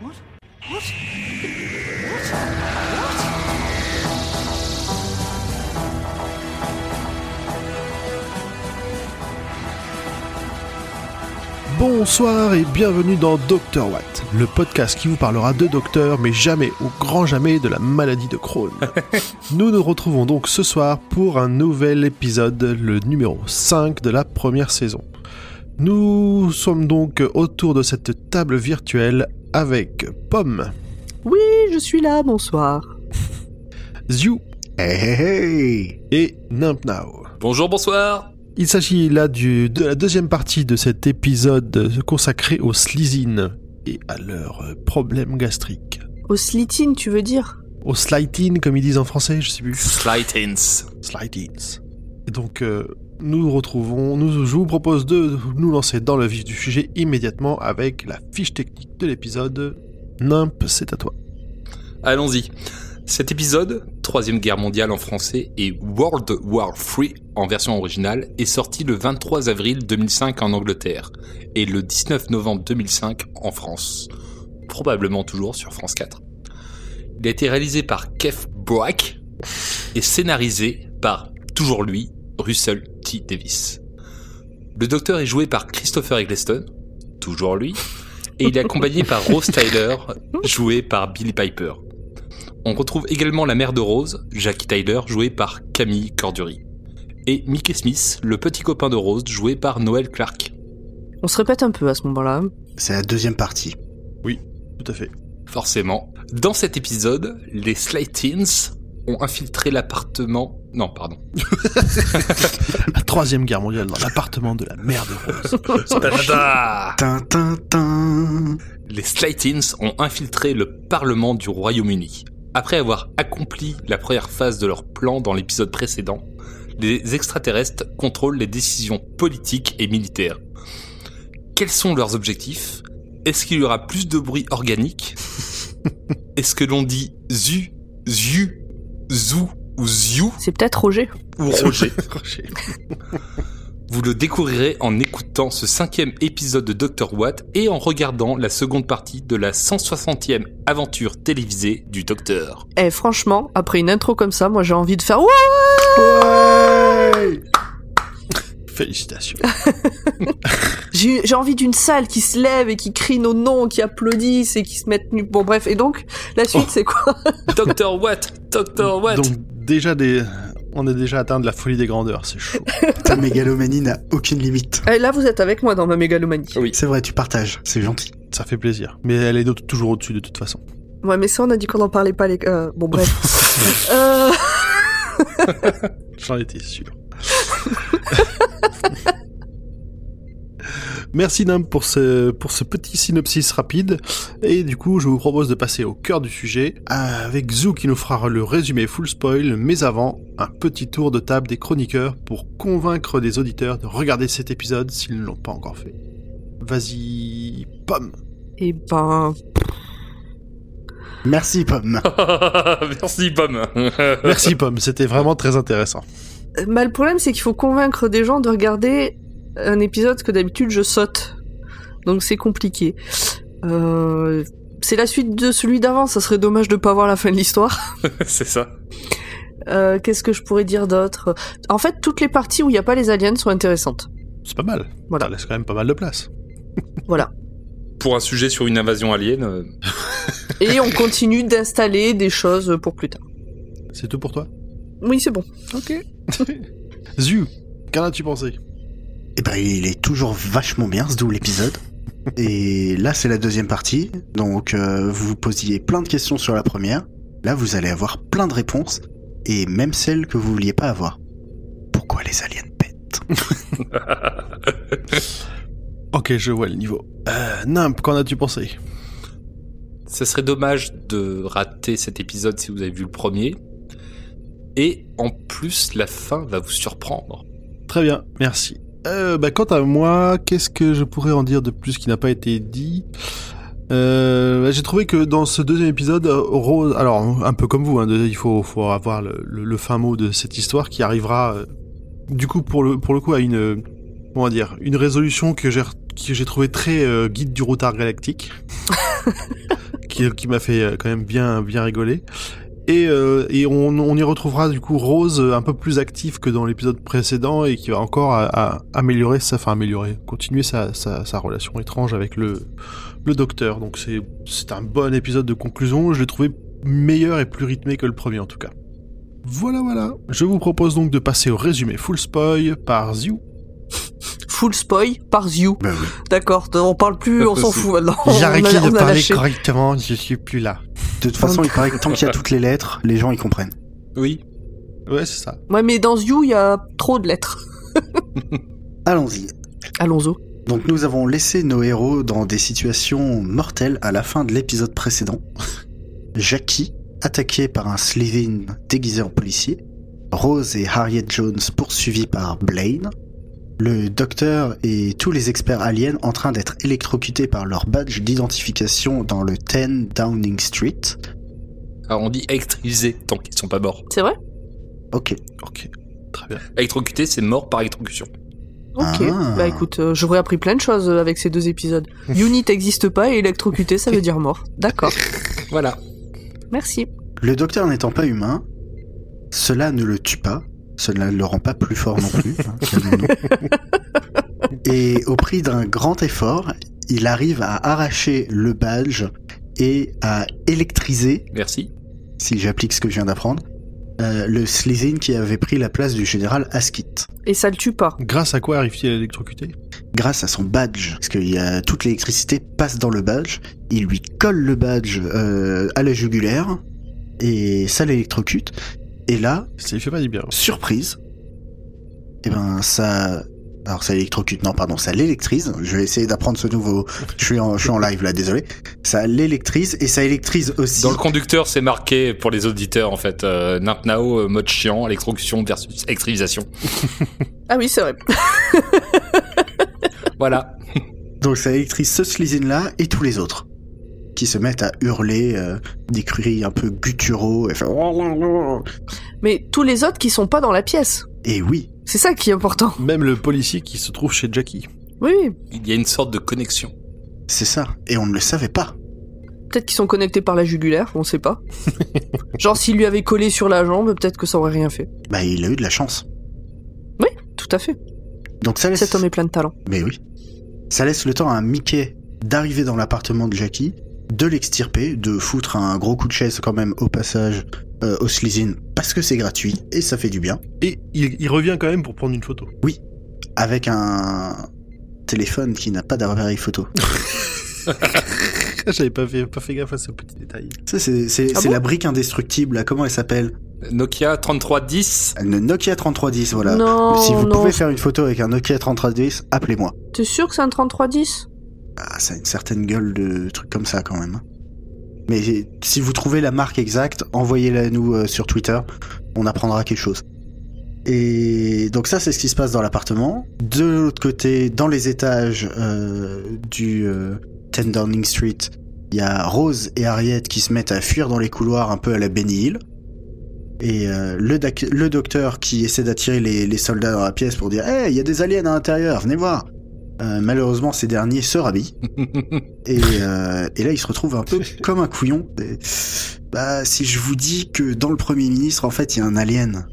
What? What? What? Bonsoir et bienvenue dans Dr Watt, le podcast qui vous parlera de docteur, mais jamais, au grand jamais, de la maladie de Crohn. nous nous retrouvons donc ce soir pour un nouvel épisode, le numéro 5 de la première saison. Nous sommes donc autour de cette table virtuelle avec Pomme, Oui, je suis là, bonsoir. Ziu Hey, et Nimpnao. Bonjour, bonsoir. Il s'agit là du- de la deuxième partie de cet épisode consacré aux slizines et à leurs euh, problèmes gastriques. Au slitine, tu veux dire Aux slitines, comme ils disent en français, je sais plus. Slightins. Slitines. Et donc, euh, nous retrouvons, nous, je vous propose de nous lancer dans le vif du sujet immédiatement avec la fiche technique de l'épisode. Nimp, c'est à toi. Allons-y. Cet épisode, Troisième Guerre mondiale en français et World War III en version originale, est sorti le 23 avril 2005 en Angleterre et le 19 novembre 2005 en France, probablement toujours sur France 4. Il a été réalisé par Kef Boak et scénarisé par, toujours lui, Russell T. Davis. Le docteur est joué par Christopher Eccleston, toujours lui, et il est accompagné par Rose Tyler, jouée par Billy Piper. On retrouve également la mère de Rose, Jackie Tyler, jouée par Camille Cordury. Et Mickey Smith, le petit copain de Rose, joué par Noël Clark. On se répète un peu à ce moment-là. c'est la deuxième partie. Tout à fait. Forcément. Dans cet épisode, les Slaytins ont infiltré l'appartement... Non, pardon. La troisième guerre mondiale dans l'appartement de la mère de Rose. Tadada Tin, tin, tin. les Slaytins ont infiltré le Parlement du Royaume-Uni. Après avoir accompli la première phase de leur plan dans l'épisode précédent, les extraterrestres contrôlent les décisions politiques et militaires. Quels sont leurs objectifs Est-ce qu'il y aura plus de bruit organique Est-ce que l'on dit zu, zu, zou ou ziou C'est peut-être Roger. ou Roger. Vous le découvrirez en écoutant ce cinquième épisode de Dr. Watt et en regardant la seconde partie de la 160e aventure télévisée du Docteur. Eh, franchement, après une intro comme ça, moi j'ai envie de faire Ouah Félicitations. J'ai j'ai envie d'une salle qui se lève et qui crie nos noms, qui applaudissent et qui se mettent nus. Bon, bref, et donc, la suite, c'est quoi Dr. Watt Dr. Watt Donc, déjà des. On est déjà atteint de la folie des grandeurs, c'est chaud. Ta mégalomanie n'a aucune limite. Eh, Là, vous êtes avec moi dans ma mégalomanie. Oui. C'est vrai, tu partages, c'est gentil. Ça fait plaisir. Mais elle est d'aut- toujours au-dessus de toute façon. Ouais, mais ça, on a dit qu'on n'en parlait pas, les. euh, bon, bref. Euh, J'en étais sûr. Merci Nam pour ce, pour ce petit synopsis rapide. Et du coup, je vous propose de passer au cœur du sujet euh, avec Zou qui nous fera le résumé full spoil. Mais avant, un petit tour de table des chroniqueurs pour convaincre des auditeurs de regarder cet épisode s'ils ne l'ont pas encore fait. Vas-y, pomme. Eh ben. Merci, Pomme. Merci, Pomme Merci pomme, c'était vraiment très intéressant. Euh, Bah, le problème, c'est qu'il faut convaincre des gens de regarder un épisode que d'habitude je saute. Donc c'est compliqué. Euh, c'est la suite de celui d'avant, ça serait dommage de pas voir la fin de l'histoire. C'est ça. Euh, Qu'est-ce que je pourrais dire d'autre En fait, toutes les parties où il n'y a pas les aliens sont intéressantes. C'est pas mal. Voilà. Ça laisse quand même pas mal de place. Pour un sujet sur une invasion alien, euh, Et on continue d'installer des choses pour plus tard. C'est tout pour toi Oui, c'est bon. Ok. Zu, qu'en as-tu pensé Eh ben, il est toujours vachement bien, ce double épisode. Et là, c'est la deuxième partie. Donc, euh, vous vous posiez plein de questions sur la première. Là, vous allez avoir plein de réponses. Et même celles que vous vouliez pas avoir. Pourquoi les aliens pètent Ok, je vois le niveau. Euh, Nimp, qu'en as-tu pensé Ce serait dommage de rater cet épisode si vous avez vu le premier. Et en plus, la fin va vous surprendre. Très bien, merci. Euh, bah, quant à moi, qu'est-ce que je pourrais en dire de plus qui n'a pas été dit Euh, bah, J'ai trouvé que dans ce deuxième épisode, euh, Rose, alors un peu comme vous, hein, de- il faut, faut avoir le, le- le fin mot de cette histoire qui arrivera, euh, du coup pour le, pour le coup à une, euh, comment dire, une résolution que j'ai re- que j'ai trouvé très euh, guide du routard galactique. qui, qui m'a fait euh, quand même bien, bien rigoler. Et, euh, et on, on y retrouvera du coup Rose euh, un peu plus active que dans l'épisode précédent et qui va encore à- à améliorer sa, enfin améliorer, continuer sa, sa, sa relation étrange avec le, le docteur. Donc c'est c'est un bon épisode de conclusion. Je l'ai trouvé meilleur et plus rythmé que le premier en tout cas. Voilà, voilà. Je vous propose donc de passer au résumé full spoil par Ziu. Full spoil par Ziu. Bah oui. D'accord, on parle plus, on s'en Possible. fout maintenant. Oh, On a- J'arrête on a lâché. correctement, je suis plus là. De toute façon, il paraît que tant qu'il y a toutes les lettres, les gens ils comprennent. Oui. Ouais, c'est ça. Ouais, mais dans Ziu, il y a trop de lettres. Allons-y. Allons-y. Donc nous avons laissé nos héros dans des situations mortelles à la fin de l'épisode précédent. Jackie, attaqué par un Slivin déguisé en policier. Rose et Harriet Jones poursuivis par Blaine. Le docteur et tous les experts aliens en train d'être électrocutés par leur badge d'identification dans le 10 Downing Street. Alors on dit électrisé tant qu'ils sont pas morts. C'est vrai Ok. Ok, très bien. Électrocuté, c'est mort par électrocution. Ok. Ah. Bah écoute, euh, j'aurais appris plein de choses euh, avec ces deux épisodes. Unit n'existe pas et électrocuté, ça veut dire mort. D'accord. Voilà. Merci. Le docteur n'étant pas humain, cela ne le tue pas, cela ne le rend pas plus fort non plus. hein, calmons-nous. et au prix d'un grand effort, il arrive à arracher le badge et à électriser, Merci. si j'applique ce que je viens d'apprendre, euh, le Slizin qui avait pris la place du général Askit. Et ça le tue pas. Grâce à quoi arrive-t-il à l'électrocuter grâce à son badge, parce que il y a- toute l'électricité passe dans le badge, il lui colle le badge euh, à la jugulaire, et ça l'électrocute, et là, Ça lui fait pas du bien. surprise, et ben ça... Alors ça l'électrocute, non pardon, ça l'électrise, je vais essayer d'apprendre ce nouveau... Je suis, en, je suis en live là, désolé. Ça l'électrise, et ça électrise aussi... Dans le conducteur, c'est marqué pour les auditeurs en fait. Euh, Nintnao, euh, mode chiant, électrocution versus électrisation. Ah oui, c'est vrai. Voilà. Donc ça électrise ce Slizin là et tous les autres qui se mettent à hurler euh, des cris un peu gutturaux et, oh Mais tous les autres qui sont pas dans la pièce. et oui C'est ça qui est important. Même le policier qui se trouve chez Jackie. Oui, oui. Il y a une sorte de connexion. c'est ça et on ne le savait pas Peut-être qu'ils sont connectés par la jugulaire, on sait pas. Genre s'il lui avait collé sur la jambe, peut-être que ça aurait rien fait. Bah, il a eu de la chance. Tout à fait. Donc ça laisse. Cet homme est plein de talent. Mais oui. Ça laisse le temps à Mickey d'arriver dans l'appartement de Jackie, de l'extirper, de foutre un gros coup de chaise quand même au passage euh, au Slizin parce que c'est gratuit et ça fait du bien. Et il, il revient quand même pour prendre une photo. Avec un téléphone qui n'a pas d'appareil photo. J'avais pas fait, pas fait gaffe à ce petit détail. Ça, c'est c'est- Ah c'est bon la brique indestructible, là. Comment elle s'appelle Nokia 3310. Le Nokia 3310, voilà. Non, si vous non. pouvez faire une photo avec un Nokia 3310, appelez-moi. T'es sûr que c'est un 3310 Ah, ça a une certaine gueule de truc comme ça quand même. hein. Mais si vous trouvez la marque exacte, envoyez-la nous euh, sur Twitter. On apprendra quelque chose. Et donc ça, c'est ce qui se passe dans l'appartement. De l'autre côté, dans les étages euh, du euh, 10 Downing Street, il y a Rose et Harriet qui se mettent à fuir dans les couloirs un peu à la Benny Hill. Et euh, le, dac- le docteur qui essaie d'attirer les, les soldats dans la pièce pour dire Hey, il y a des aliens à l'intérieur, venez voir Euh, Malheureusement, ces derniers se rhabillent. Et, euh, et là, il se retrouve un peu comme un couillon. Et, bah, si je vous dis que dans le Premier ministre, en fait, il y a un alien,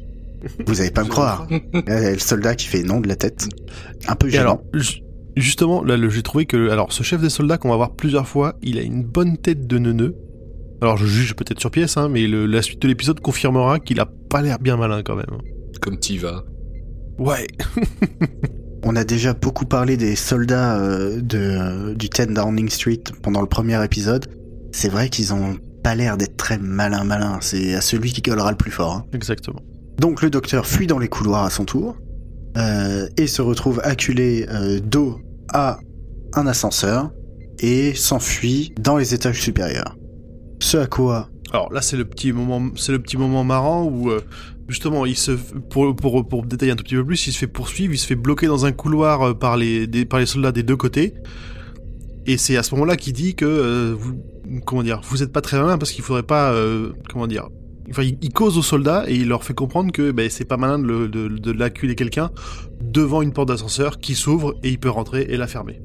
vous allez pas me croire. Et là, il y a le soldat qui fait non de la tête. Un peu Et gênant. alors, ju- justement, là, le- j'ai trouvé que alors ce chef des soldats qu'on va voir plusieurs fois, il a une bonne tête de neuneu. Alors je juge peut-être sur pièce, hein, mais le- la suite de l'épisode confirmera qu'il a pas l'air bien malin quand même. Comme t'y vas. Ouais. On a déjà beaucoup parlé des soldats euh, de, euh, du 10 Downing Street pendant le premier épisode. C'est vrai qu'ils ont pas l'air d'être très malins malins. C'est à celui qui gueulera le plus fort. hein. Exactement. Donc le docteur fuit dans les couloirs à son tour euh, et se retrouve acculé euh, dos à un ascenseur et s'enfuit dans les étages supérieurs. Ce à quoi Alors là, c'est le petit moment, c'est le petit moment marrant où euh, justement, il se pour, pour pour détailler un tout petit peu plus, il se fait poursuivre, il se fait bloquer dans un couloir euh, par les des- par les soldats des deux côtés. Et c'est à ce moment-là qu'il dit que euh, vous, comment dire, vous êtes pas très malin parce qu'il faudrait pas euh, comment dire. Enfin, il, il cause aux soldats et il leur fait comprendre que ben, c'est pas malin de, le- de, de l'acculer quelqu'un devant une porte d'ascenseur qui s'ouvre et il peut rentrer et la fermer.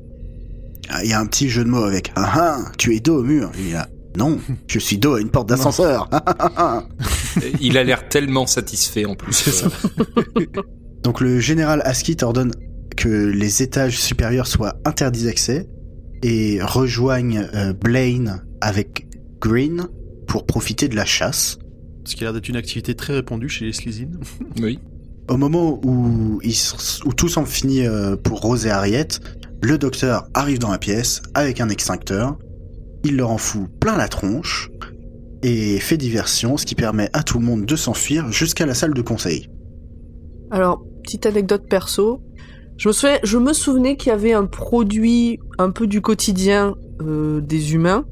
Ah, il y a un petit jeu de mots avec ah ah tu es dos au mur. Il est là. Non, je suis dos à une porte d'ascenseur. Il a l'air tellement satisfait en plus. C'est ça. Donc le général Askit ordonne que les étages supérieurs soient interdits d'accès et rejoignent euh, Blaine avec Green pour profiter de la chasse. Ce qui a l'air d'être une activité très répandue chez les Slizines. euh, Oui. Au moment où, ils s- où tous ont fini euh, pour Rose et Harriet, le docteur arrive dans la pièce avec un extincteur. Il leur en fout plein la tronche et fait diversion, ce qui permet à tout le monde de s'enfuir jusqu'à la salle de conseil. Alors, petite anecdote perso. Je me souvenais, je me souvenais qu'il y avait un produit un peu du quotidien euh, des humains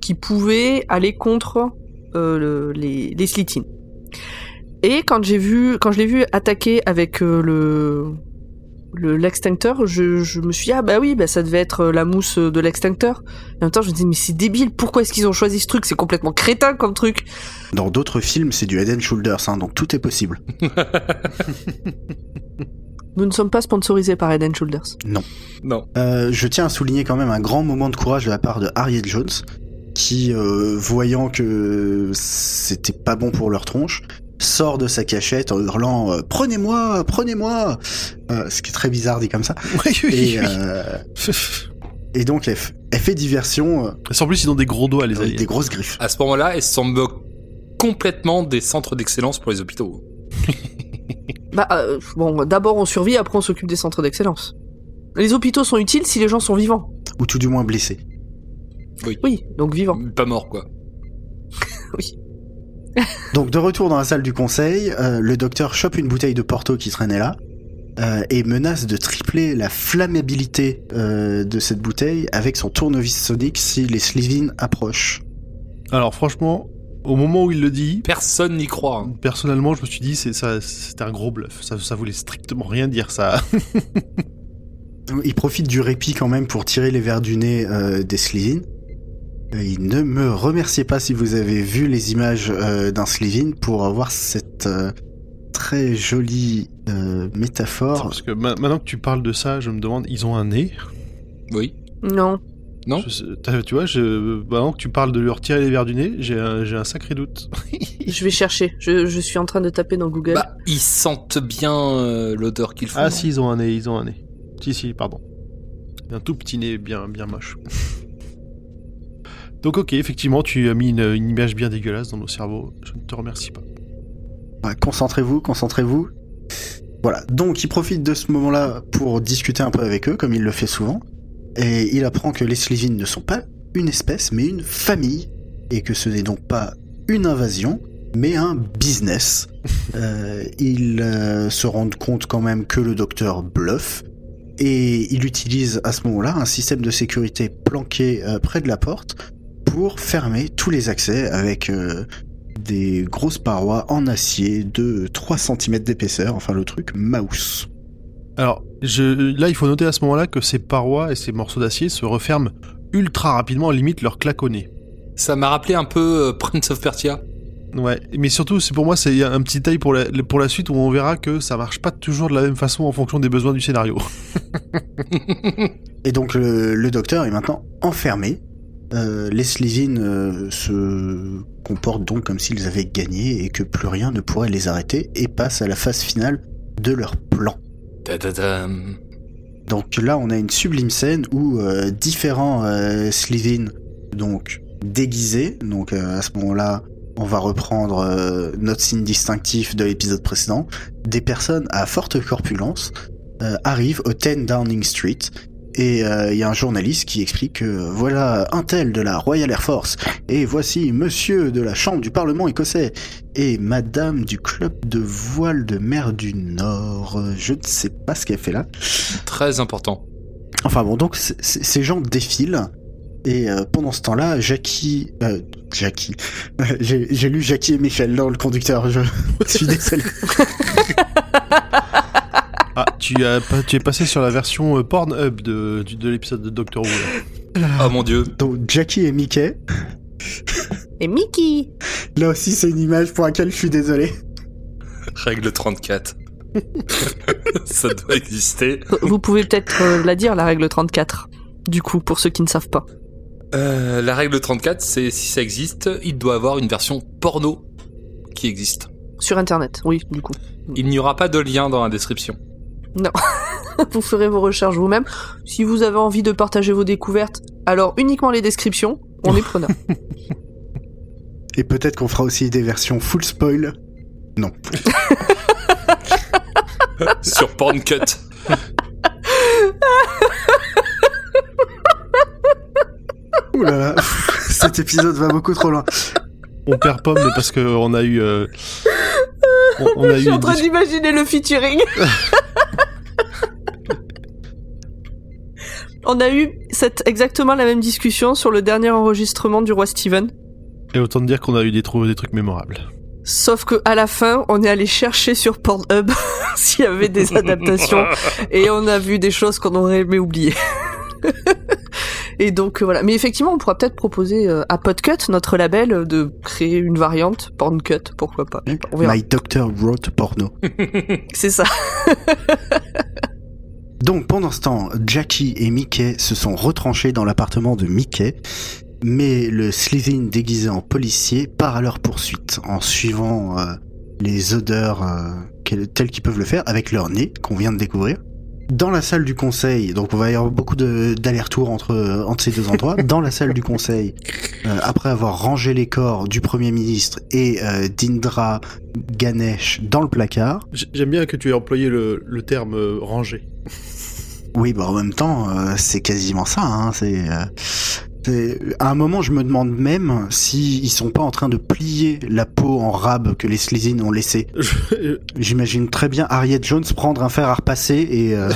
qui pouvait aller contre euh, le- les, les slitines. Et quand j'ai vu, quand je l'ai vu attaquer avec euh, le le- l'extincteur, je, je me suis dit, ah bah oui, bah ça devait être euh, la mousse de l'extincteur. Et en même temps, je me dis, mais c'est débile, pourquoi est-ce qu'ils ont choisi ce truc C'est complètement crétin comme truc. Dans d'autres films, c'est du head and shoulders, hein, donc tout est possible. Nous ne sommes pas sponsorisés par Head and Shoulders. non. Euh, je tiens à souligner quand même un grand moment de courage de la part de Harriet Jones, qui, euh, voyant que c'était pas bon pour leur tronche, sort de sa cachette en hurlant euh, Prenez-moi, prenez-moi Euh, Ce qui est très bizarre dit comme ça. Oui, oui, Et, oui. euh, et donc, elle, f- elle fait diversion euh, Sans plus, ils ont des gros doigts, les avec aliens. des grosses griffes. À ce moment-là, elle s'en moque complètement des centres d'excellence pour les hôpitaux. Bah, euh, bon, d'abord on survit, après on s'occupe des centres d'excellence. Les hôpitaux sont utiles si les gens sont vivants. Ou tout du moins blessées. Oui, donc vivants. Pas mort, quoi. Donc, de retour dans la salle du conseil, euh, le docteur chope une bouteille de Porto qui traînait là. euh, et menace de tripler la flammabilité euh, de cette bouteille avec son tournevis sonique si les Slivin approchent. Alors, franchement, au moment où il le dit, Personne n'y croit. hein. personnellement, je me suis dit, c'est ça, c'était un gros bluff. Ça, ça voulait strictement rien dire, ça. Il profite du répit quand même pour tirer les verres du nez euh, des Slivin. Euh, Il ne me remerciez pas si vous avez vu les images euh, d'un Slivin pour avoir cette euh, très jolie euh, métaphore. Parce que ma- maintenant que tu parles de ça, je me demande, ils ont un nez Oui. Non. Non. Je sais- t'as- Tu vois, je, maintenant que tu parles de leur tirer les verres du nez, j'ai un, j'ai un sacré doute. Je vais chercher. Je, je suis en train de taper dans Google. Bah, ils sentent bien euh, l'odeur qu'ils font. Ah si, ils ont un nez, ils ont un nez. Si, si, pardon. Un tout petit nez bien, bien moche. Donc ok, effectivement, tu as mis une, une image bien dégueulasse dans nos cerveaux. Je ne te remercie pas. Ouais, Bah, Concentrez-vous, concentrez-vous. Voilà, donc il profite de ce moment-là pour discuter un peu avec eux, comme il le fait souvent. Et il apprend que les Slivin ne sont pas une espèce, mais une famille. Et que ce n'est donc pas une invasion, mais un business. Euh, ils euh, se rendent compte quand même que le docteur bluffe. Et il utilise à ce moment-là un système de sécurité planqué euh, près de la porte pour fermer tous les accès avec euh, des grosses parois en acier de 3 cm d'épaisseur, enfin le truc mouse. Alors, je, là, il faut noter à ce moment-là que ces parois et ces morceaux d'acier se referment ultra rapidement, limite leur claquonner. Ça m'a rappelé un peu euh, Prince of Persia. Ouais, mais surtout, c'est pour moi, c'est un petit taille pour la, pour la suite où on verra que ça marche pas toujours de la même façon en fonction des besoins du scénario. Et donc le, le docteur est maintenant enfermé. Euh, les Slivin euh, se comportent donc comme s'ils avaient gagné et que plus rien ne pourrait les arrêter et passent à la phase finale de leur plan. Ta-ta-tam. Donc là, on a une sublime scène où euh, différents euh, Slivin, donc déguisés, donc euh, à ce moment-là, on va reprendre euh, notre signe distinctif de l'épisode précédent, des personnes à forte corpulence euh, arrivent au 10 Downing Street. Et euh, il y a un journaliste qui explique que voilà un tel de la Royal Air Force, et voici monsieur de la Chambre du Parlement écossais, et madame du club de voile de mer du Nord. Je ne sais pas ce qu'elle fait là. Très important. Enfin bon, donc c- c- ces gens défilent. Et euh, pendant ce temps-là, Jackie... euh, Jackie... J'ai j'ai lu Jackie et Michel dans le conducteur, je suis désolé. Ah, tu, as, pas- tu es passé sur la version euh, Pornhub de, du- de l'épisode de Doctor Who. là. Ah. Oh mon dieu. Donc Jackie et Mickey, Et Mickey là aussi c'est une image pour laquelle je suis désolé. Règle 34. Ça doit exister. Vous pouvez peut-être euh, la dire, la règle 34. Du coup, pour ceux qui ne savent pas. Euh, la règle 34, c'est si ça existe, il doit avoir une version porno qui existe. Sur internet, oui, du coup. Il n'y aura pas de lien dans la description. vous ferez vos recherches vous-même. Si vous avez envie de partager vos découvertes, alors uniquement les descriptions, on est preneur. Et peut-être qu'on fera aussi des versions full spoil. Non. Sur Porncut. Ouh là là, cet épisode va beaucoup trop loin. On perd pomme mais parce qu'on a eu. euh, on, on a Je eu suis en une train dis- d'imaginer le featuring. on a eu cette, exactement la même discussion sur le dernier enregistrement du roi Steven. Et autant te dire qu'on a eu des, trous- des trucs mémorables. Sauf que à la fin, on est allé chercher sur Pornhub s'il y avait des adaptations et on a vu des choses qu'on aurait aimé oublier. et donc euh, voilà. Mais effectivement, on pourra peut-être proposer euh, à Podcut, notre label, euh, de créer une variante Porncut, pourquoi pas. On verra. My doctor wrote porno. C'est ça. Donc pendant ce temps, Jackie et Mickey se sont retranchés dans l'appartement de Mickey, mais le Slytherin déguisé en policier part à leur poursuite en suivant euh, les odeurs euh, qu'elles- telles qu'ils peuvent le faire avec leur nez qu'on vient de découvrir. Dans la salle du conseil, donc on va y avoir beaucoup de- d'allers-retours entre, euh, entre ces deux endroits. Dans la salle du conseil, euh, après avoir rangé les corps du Premier ministre et euh, d'Indra Ganesh dans le placard, J- J'aime bien que tu aies employé le, le terme euh, rangé. Oui, bah en même temps, euh, c'est quasiment ça. Hein, c'est, euh, c'est- à un moment, je me demande même si ils sont pas en train de plier la peau en rab que les Slytherin ont laissée. Je- euh, J'imagine très bien Harriet Jones prendre un fer à repasser et. euh,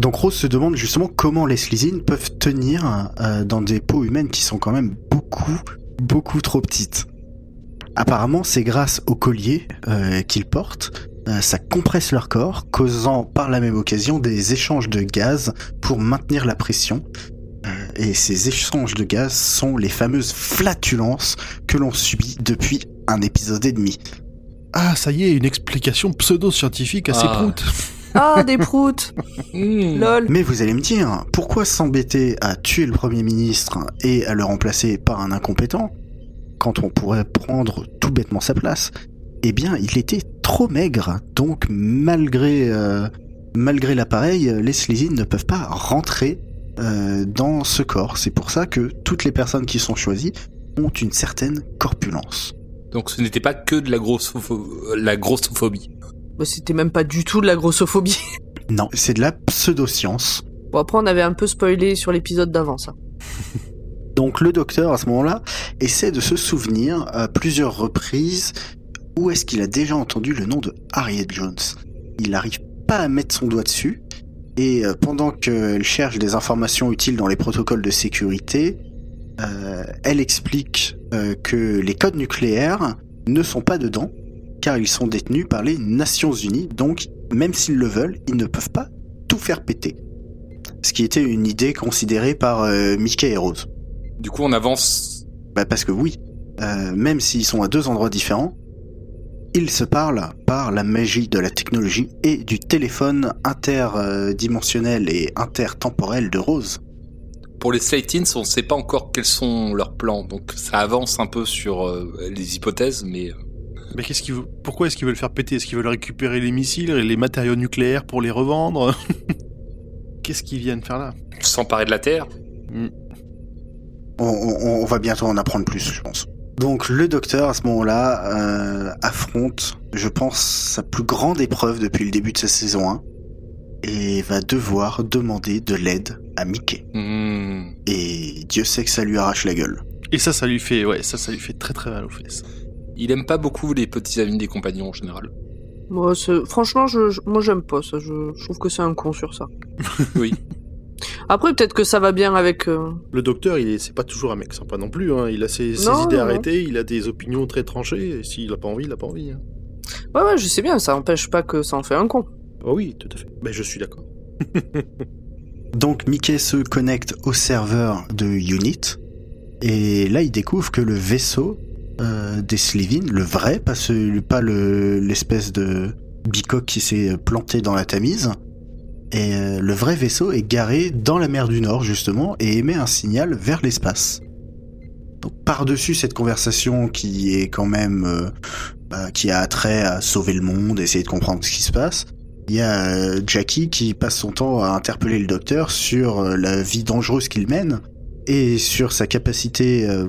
Donc Rose se demande justement comment les Slytherin peuvent tenir euh, dans des peaux humaines qui sont quand même beaucoup, beaucoup trop petites. Apparemment, c'est grâce au collier euh, qu'ils portent, euh, ça compresse leur corps, causant par la même occasion des échanges de gaz pour maintenir la pression. Euh, Et ces échanges de gaz sont les fameuses flatulences que l'on subit depuis un épisode et demi. Ah, ça y est, une explication pseudo-scientifique à ces Ah. proutes. Ah, des proutes. Hmm. Lol. Mais vous allez me dire, pourquoi s'embêter à tuer le Premier ministre et à le remplacer par un incompétent quand on pourrait prendre tout bêtement sa place Eh bien, il était trop maigre, donc malgré, euh, malgré l'appareil, euh, les Slytherin ne peuvent pas rentrer euh, dans ce corps. C'est pour ça que toutes les personnes qui sont choisies ont une certaine corpulence. Donc ce n'était pas que de la, grossopho- la grossophobie. Bah, C'était même pas du tout de la grossophobie. Non, c'est de la pseudo-science. Bon, après, on avait un peu spoilé sur l'épisode d'avant, ça. Donc le docteur, à ce moment-là, essaie de se souvenir à plusieurs reprises où est-ce qu'il a déjà entendu le nom de Harriet Jones. Il n'arrive pas à mettre son doigt dessus, et euh, pendant qu'elle cherche des informations utiles dans les protocoles de sécurité, euh, elle explique euh, que les codes nucléaires ne sont pas dedans, car ils sont détenus par les Nations Unies, donc même s'ils le veulent, ils ne peuvent pas tout faire péter. Ce qui était une idée considérée par euh, Mickey et Rose. Du coup, on avance. Bah parce que oui, euh, même s'ils sont à deux endroits différents, ils se parlent par la magie de la technologie et du téléphone interdimensionnel et intertemporel de Rose. Pour les Slaytins, on ne sait pas encore quels sont leurs plans. Donc ça avance un peu sur euh, les hypothèses, mais... euh, Mais qu'est-ce qu'ils veulent- pourquoi est-ce qu'ils veulent le faire péter Est-ce qu'ils veulent récupérer les missiles et les matériaux nucléaires pour les revendre Qu'est-ce qu'ils viennent faire là s'emparer de la Terre. On, on- on va bientôt en apprendre plus, je pense. Donc le docteur, à ce moment-là, euh, affronte, je pense, sa plus grande épreuve depuis le début de sa saison 1 et va devoir demander de l'aide à Mickey. Hmm. Et Dieu sait que ça lui arrache la gueule. Et ça, ça lui fait, ouais, ça, ça lui fait très très mal aux fesses. Il aime pas beaucoup les petits amis des compagnons en général. Moi, c'est- franchement, je, je- moi, j'aime pas ça. Je, je trouve que c'est un con sur ça. Oui. Après, peut-être que ça va bien avec. euh, Le docteur, il est, c'est pas toujours un mec sympa non plus. hein. Il a ses, ses Non, idées non, non. arrêtées, il a des opinions très tranchées. Et s'il a pas envie, il a pas envie. hein. Ouais, ouais, je sais bien, ça empêche pas que ça en fait un con. Ah oui, tout à fait. Mais je suis d'accord. Donc Mickey se connecte au serveur de Unit et là il découvre que le vaisseau euh, des Slivin, le vrai, pas, celui- pas le- l'espèce de bicoque qui s'est planté dans la Tamise, Et euh, le vrai vaisseau est garé dans la mer du Nord, justement, et émet un signal vers l'espace. Donc, par-dessus cette conversation qui est quand même. euh, bah, qui a attrait à sauver le monde, essayer de comprendre ce qui se passe, il y a euh, Jackie qui passe son temps à interpeller le docteur sur euh, la vie dangereuse qu'il mène et sur sa capacité euh,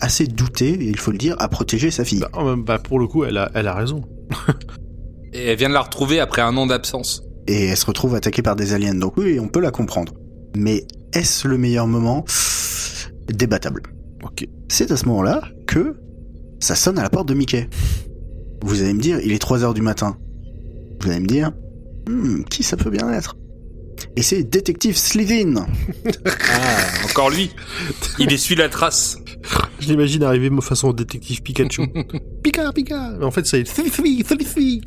assez doutée, il faut le dire, à protéger sa fille. Bah, en même- bah, pour le coup, elle a, elle a raison. Et elle vient de la retrouver après un an d'absence. et elle se retrouve attaquée par des aliens. Donc oui, on peut la comprendre. Mais est-ce le meilleur moment Débattable. Ok. C'est à ce moment-là que ça sonne à la porte de Mickey. Vous allez me dire, il est 3h du matin. Vous allez me dire, Hmm, qui ça peut bien être Et c'est Détective Slivin Ah, encore lui. Il essuie la trace. Je l'imagine arriver de façon au détective Pikachu. Pika, Pika Mais en fait, c'est Slifi, Slifi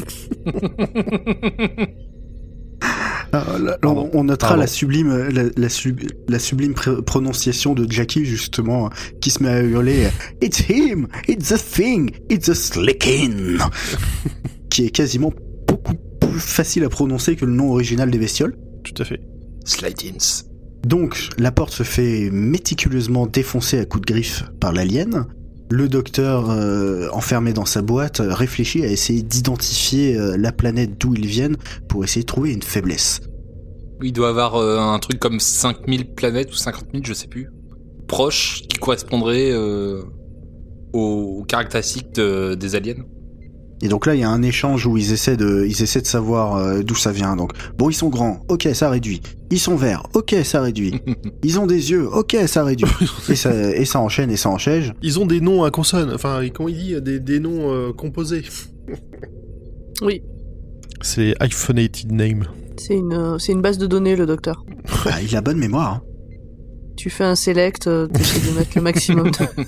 Ah, là, Pardon. on, on notera Pardon. la sublime, la, la sub- la sublime pr- prononciation de Jackie justement, qui se met à hurler "It's him, it's the thing, it's the slickin", qui est quasiment beaucoup plus facile à prononcer que le nom original des bestioles. Tout à fait. Slidins. Donc la porte se fait méticuleusement défoncer à coups de griffe par l'alien. Le docteur, euh, enfermé dans sa boîte, euh, réfléchit à essayer d'identifier euh, la planète d'où ils viennent pour essayer de trouver une faiblesse. Il doit avoir euh, un truc comme 5000 planètes ou 50 000, je sais plus, proches, qui correspondraient euh, aux, aux caractéristiques de- des aliens. Et donc là, il y a un échange où ils essaient de, ils essaient de savoir euh, d'où ça vient. Donc, bon, ils sont grands, ok, ça réduit. Ils sont verts, ok, ça réduit. Ils ont des yeux, ok, ça réduit. et, ça, et ça enchaîne, et ça enchaîne. Ils ont des noms à consonne, enfin, comment il dit, des, des noms euh, composés. Oui. C'est hyphenated name. C'est une, euh, c'est une base de données, le docteur. Bah, il a bonne mémoire. hein. Tu fais un select, euh, t'essaies de mettre le maximum. de-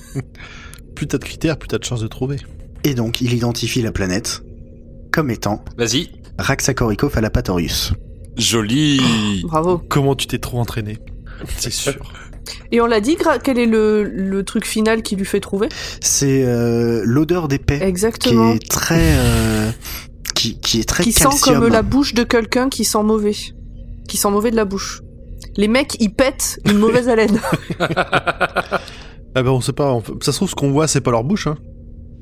Plus t'as de critères, plus t'as de chances de trouver. Et donc, il identifie la planète comme étant Vas-y. Raxacoricophalapatorius. Joli. Bravo. Comment tu t'es trop entraîné C'est sûr. Et on l'a dit, gra- quel est le, le truc final qui lui fait trouver C'est euh, l'odeur des paix qui Exactement. est très, euh, qui, qui est très Qui sent calcium. comme la bouche de quelqu'un qui sent mauvais. Qui sent mauvais de la bouche. Les mecs, ils pètent une mauvaise haleine. Ah ben on sait pas, on peut- ça se trouve ce qu'on voit c'est pas leur bouche hein.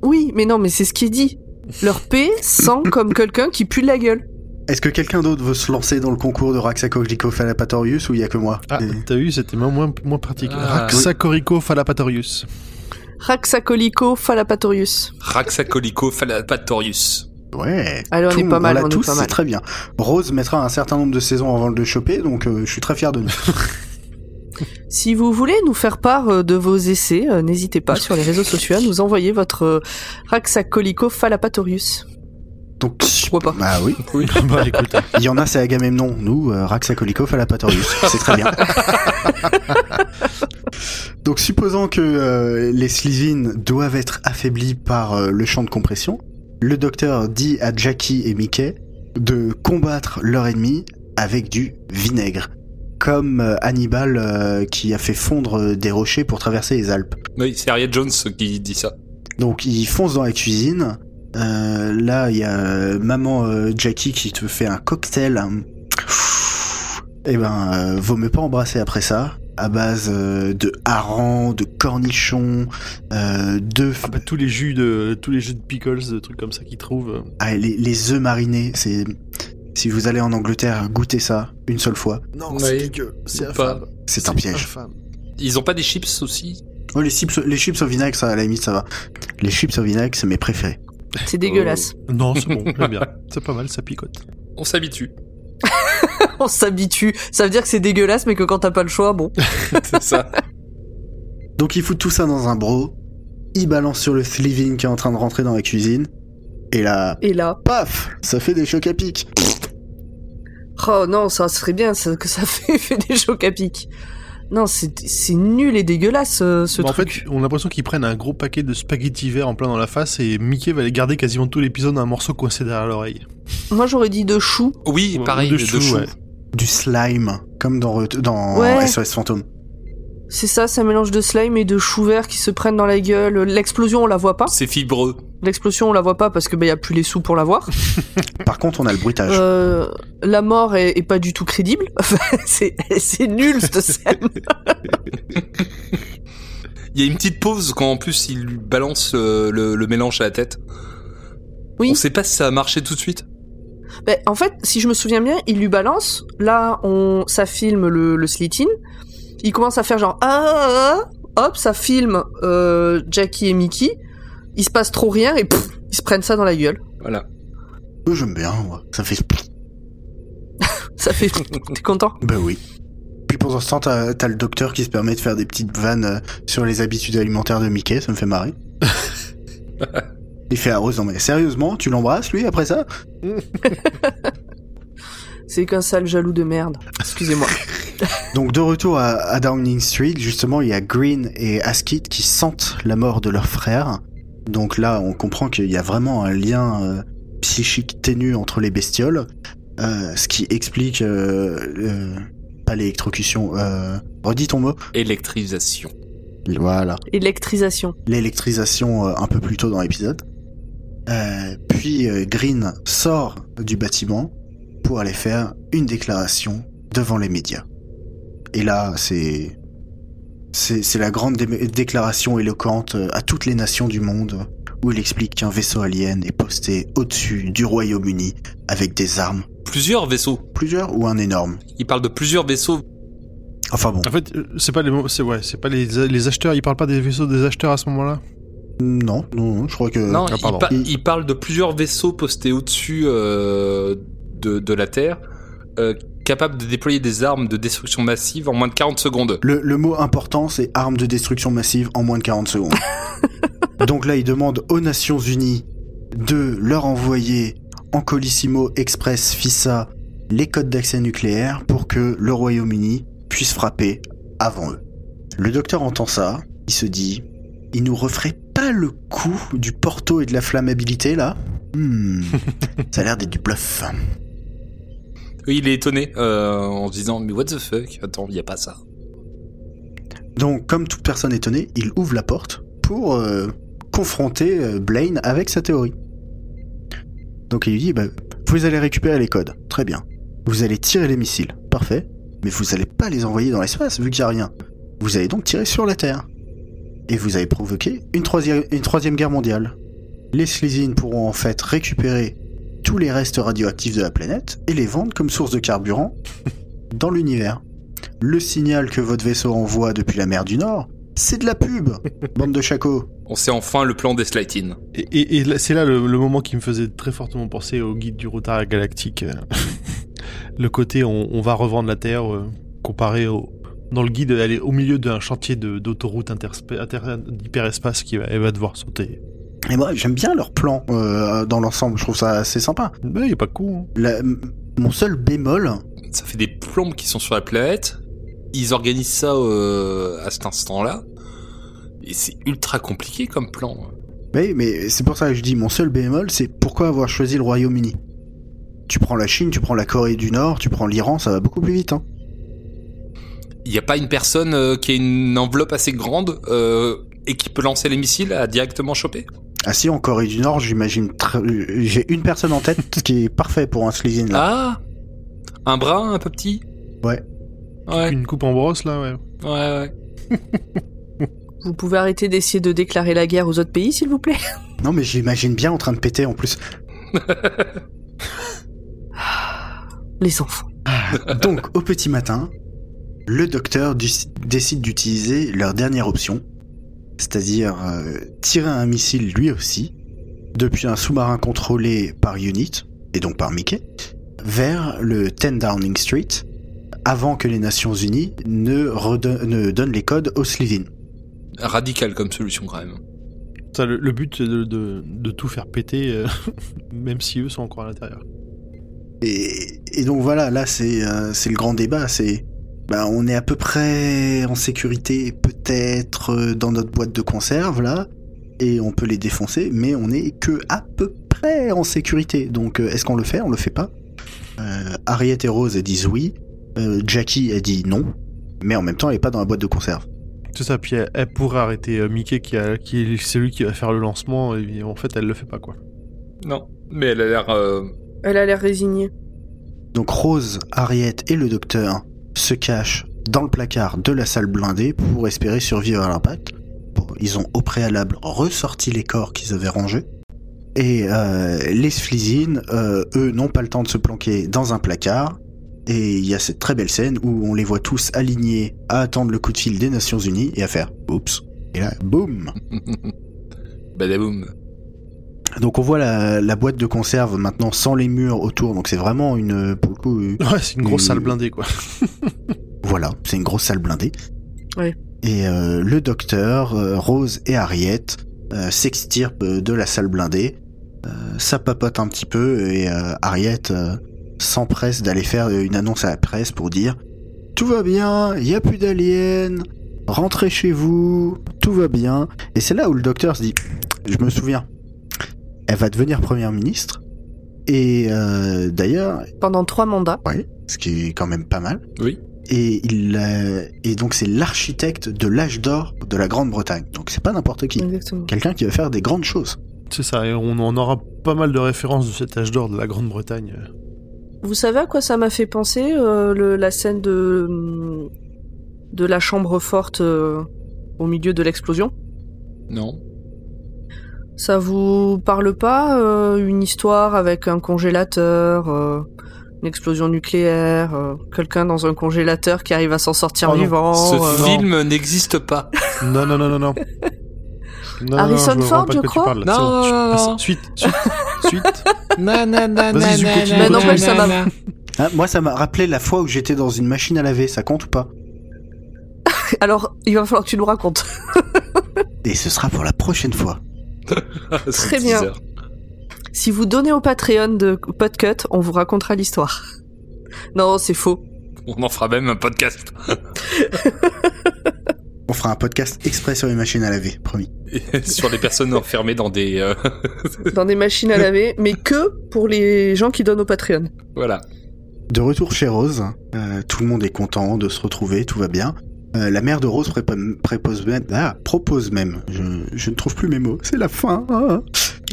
Oui, mais non, mais c'est ce qui est dit. Leur paix sent comme quelqu'un qui pue de la gueule. Est-ce que quelqu'un d'autre veut se lancer dans le concours de Raxacoricophalapatorius ou il y a que moi Ah, Et- t'as vu, c'était moins, moins, moins pratique. Ah, Raxacorico falapatorius. Raxacolico falapatorius. Raxacolico falapatorius. Ouais. Allez, on Tout est le pas monde, mal, l'a on est tous, pas c'est mal. très bien. Rose mettra un certain nombre de saisons avant de le choper, donc euh, je suis très fier de nous. Si vous voulez nous faire part euh, de vos essais, euh, n'hésitez pas sur les réseaux sociaux à nous envoyer votre euh, Raxacolico falapatorius. Donc, Pourquoi pas bah oui. bah écoute, Il y en a, c'est Agamemnon. Nous, euh, Raxacolicoph à la Patorius. C'est très bien. donc, supposant que euh, les Slivines doivent être affaiblis par euh, le champ de compression, le docteur dit à Jackie et Mickey de combattre leur ennemi avec du vinaigre. Comme euh, Hannibal euh, qui a fait fondre euh, des rochers pour traverser les Alpes. Oui, c'est Harriet Jones qui dit ça. Donc il fonce dans la cuisine. Euh, là, il y a euh, maman euh, Jackie qui te fait un cocktail. Eh ben, euh, vaut mieux pas embrasser après ça. À base euh, de harengs, de cornichons, euh, de Ah bah, tous les jus de tous les jus de pickles, de trucs comme ça qu'ils trouvent. euh. ah, les, les œufs marinés. C'est si vous allez en Angleterre, goûtez ça une seule fois. Non, Oui. c'est dégueu, c'est Ou pas. infâme. C'est un piège. infâme. Ils ont pas des chips aussi Oh, les chips, les chips au vinaigre, ça à la limite ça va. Les chips au vinaigre, c'est mes préférés. Oh. C'est dégueulasse. Non, c'est bon, j'aime bien. C'est pas mal, ça picote. On s'habitue. On s'habitue. Ça veut dire que c'est dégueulasse, mais que quand t'as pas le choix, bon. C'est ça. Donc il fout tout ça dans un bro, il balance sur le Slivin qui est en train de rentrer dans la cuisine, et là, Et là. paf, ça fait des chocs à pic. Oh non, ça serait bien ça, que ça fait, fait des chocs à pic. Non, c'est c'est nul et dégueulasse euh, ce Bah, en truc. fait, on a l'impression qu'ils prennent un gros paquet de spaghettis verts en plein dans la face et Mickey va les garder quasiment tout l'épisode un morceau coincé derrière l'oreille. Moi j'aurais dit de choux. Oui, Ou- pareil, ou de de, choux, choux. ouais. Du slime, comme dans, Ret- dans Ouais. SOS Fantôme. C'est ça, c'est un mélange de slime et de chou vert qui se prennent dans la gueule. L'explosion, on la voit pas. C'est fibreux. L'explosion, on la voit pas parce que bah, y a plus les sous pour la voir. Par contre, on a le bruitage. Euh, la mort est, est pas du tout crédible. Enfin, c'est c'est nul cette scène. Il y a une petite pause quand en plus il lui balance euh, le, le mélange à la tête. Oui. On sait pas si ça a marché tout de suite. Ben, en fait, si je me souviens bien, il lui balance. Là, on, ça filme le, le slit-in. Il commence à faire genre ah, ah, ah. hop, ça filme euh, Jackie et Mickey. Il se passe trop rien et pff, ils se prennent ça dans la gueule. Voilà. Moi, J'aime bien, moi. Ça fait. Ça fait. T'es content Ben oui. Puis pendant ce temps, t'as t'as le docteur qui se permet de faire des petites vannes euh, sur les habitudes alimentaires de Mickey, ça me fait marrer. Il fait à Rose, non mais sérieusement, tu l'embrasses lui après ça C'est qu'un sale jaloux de merde. Excusez-moi. Donc de retour à, à Downing Street, justement, il y a Green et Askit qui sentent la mort de leur frère. Donc là, on comprend qu'il y a vraiment un lien euh, psychique ténu entre les bestioles, euh, ce qui explique euh, euh, pas l'électrocution. Euh, redis ton mot. Électrisation. Voilà. Électrisation. l'électrisation euh, un peu plus tôt dans l'épisode. Euh, puis euh, Green sort du bâtiment pour aller faire une déclaration devant les médias. Et là, c'est c'est c'est la grande dé- déclaration éloquente euh, à toutes les nations du monde où il explique qu'un vaisseau alien est posté au-dessus du Royaume-Uni avec des armes, Plusieurs vaisseaux. plusieurs ou un énorme. Il parle de plusieurs vaisseaux. Enfin bon, En fait, euh, c'est pas les mo- c'est ouais, c'est pas les, les acheteurs. Ils parlent pas des vaisseaux des acheteurs à ce moment-là. non, non, non, je crois que non, ah, il, pardon. pa- il parle de plusieurs vaisseaux postés au-dessus euh, de, de la Terre, euh, capables de déployer des armes de destruction massive en moins de 40 secondes. Le, le mot important, c'est armes de destruction massive en moins de 40 secondes. Donc là, ils demandent aux Nations Unies de leur envoyer en Colissimo Express FISA les codes d'accès nucléaire pour que le Royaume-Uni puisse frapper avant eux. Le docteur entend ça, il se dit il nous referait pas le coup du porto et de la flammabilité là Hmm, Ça a l'air d'être du bluff. Oui, Il est étonné euh, en se disant Mais what the fuck Attends, il n'y a pas ça. Donc, comme toute personne étonnée, il ouvre la porte pour euh, confronter euh, Blaine avec sa théorie. Donc il lui dit, bah, vous allez récupérer les codes, très bien. Vous allez tirer les missiles, parfait. Mais vous n'allez pas les envoyer dans l'espace vu qu'il n'y a rien. Vous allez donc tirer sur la Terre. Et vous allez provoquer une troisième, une troisième guerre mondiale. Les Slésines pourront en fait récupérer tous les restes radioactifs de la planète et les vendre comme source de carburant dans l'univers. Le signal que votre vaisseau envoie depuis la mer du Nord, c'est de la pub, bande de chacos. On sait enfin le plan des Slightins. Et, et- et là- c'est là le, le moment qui me faisait très fortement penser au guide du retard galactique. euh. le côté on, on va revendre la Terre euh, comparé au dans le guide elle est au milieu d'un chantier de- d'autoroute interspa- inter- d'hyperespace qui va, elle va devoir sauter. Et moi, j'aime bien leur plan euh, dans l'ensemble, je trouve ça assez sympa. Mais il est pas con. hein. La- m- mon seul bémol, Ça fait des plombes qui sont sur la planète. Ils organisent ça euh, à cet instant-là. Et c'est ultra compliqué comme plan. mais, mais c'est pour ça que je dis mon seul bémol, c'est pourquoi avoir choisi le Royaume-Uni Tu prends la Chine, tu prends la Corée du Nord, tu prends l'Iran, ça va beaucoup plus vite. Hein. Il n'y a pas une personne euh, qui a une enveloppe assez grande euh, et qui peut lancer les missiles à directement choper Ah si, en Corée du Nord, j'imagine, tr- euh, j'ai une personne en tête, ce qui est parfait pour un Slizin là. Ah Un bras un peu petit Ouais. Ouais, Une coupe en brosse là, ouais. ouais, ouais. Vous pouvez arrêter d'essayer de déclarer la guerre aux autres pays, s'il vous plaît Non mais j'imagine bien en train de péter en plus. Les enfants. Donc, au petit matin, le docteur du- décide d'utiliser leur dernière option, c'est-à-dire euh, tirer un missile lui aussi, depuis un sous-marin contrôlé par Unit, et donc par Mickey, vers le 10 Downing Street, avant que les Nations Unies ne, redon- ne donnent les codes aux Slivin. Radical comme solution quand même. Ça, le, le but c'est de, de- de tout faire péter, euh, même si eux sont encore à l'intérieur. Et, et donc voilà, là c'est euh, c'est le grand débat, c'est bah, on est à peu près en sécurité peut-être euh, dans notre boîte de conserve là, et on peut les défoncer, mais on est que à peu près en sécurité. Donc euh, est-ce qu'on le fait On le fait pas euh, Harriet et Rose elles disent oui, euh, Jackie elle dit non, mais en même temps elle est pas dans la boîte de conserve. Tout ça, puis elle, elle pourrait arrêter euh, Mickey qui, a- qui est celui qui va faire le lancement, et en fait elle le fait pas quoi. Non, mais elle a l'air. euh, Elle a l'air résignée. Donc Rose, Harriet et le docteur se cachent dans le placard de la salle blindée pour espérer survivre à l'impact. Bon, ils ont au préalable ressorti les corps qu'ils avaient rangés. Et euh, les Sflizines, euh, eux, n'ont pas le temps de se planquer dans un placard. Et il y a cette très belle scène où on les voit tous alignés à attendre le coup de fil des Nations Unies et à faire « Oups ». Et là, boum Badaboum. Donc on voit la, la boîte de conserve maintenant sans les murs autour. Donc c'est vraiment une, pour le coup, une- Ouais, c'est une grosse Mm. salle blindée quoi. Voilà, c'est une grosse salle blindée. Ouais. Et euh, le docteur, euh, Rose et Harriet euh, s'extirpent de la salle blindée. Euh, ça papote un petit peu et euh, Harriet euh, s'empresse d'aller faire euh, une annonce à la presse pour dire Tout va bien, il n'y a plus d'aliens, rentrez chez vous, tout va bien. Et c'est là où le docteur se dit Je me souviens, elle va devenir première ministre. Et euh, d'ailleurs, Pendant trois mandats. Ouais, ce qui est quand même pas mal. Oui. Et, il, euh, et donc c'est l'architecte de l'âge d'or de la Grande-Bretagne. Donc c'est pas n'importe qui. Exactement. Quelqu'un qui va faire des grandes choses. C'est ça, et on en aura pas mal de références de cet âge d'or de la Grande-Bretagne. Vous savez à quoi ça m'a fait penser euh, le- la scène de hum, de la chambre forte euh, au milieu de l'explosion Non. Ça vous parle pas euh, une histoire avec un congélateur, euh, une explosion nucléaire, euh, quelqu'un dans un congélateur qui arrive à s'en sortir Oh non, vivant Ce euh, film n'existe pas. Euh, Non, non, non, non, non. Non, Harrison non, je vois Ford, pas de je quoi tu crois. parles, là, Non, c'est bon, je non, passe- non. Suite, suite, suite. Non, non, non, Vas-y, je continue, Mais non, continue. mais ça va. Ah, moi ça m'a rappelé la fois où j'étais dans une machine à laver, ça compte ou pas Alors, il va falloir que tu nous racontes. Et ce sera pour la prochaine fois. Très bien. Si vous donnez au Patreon de Podcut, on vous racontera l'histoire. Non, c'est faux. On en fera même un podcast. On fera un podcast exprès sur les machines à laver, promis. Sur les personnes enfermées dans des. euh, Dans des machines à laver, mais que pour les gens qui donnent au Patreon. voilà. De retour chez Rose, euh, tout le monde est content de se retrouver, tout va bien. Euh, la mère de Rose prépa- prépose même, ah, propose même, je, je ne trouve plus mes mots, c'est la fin. hein.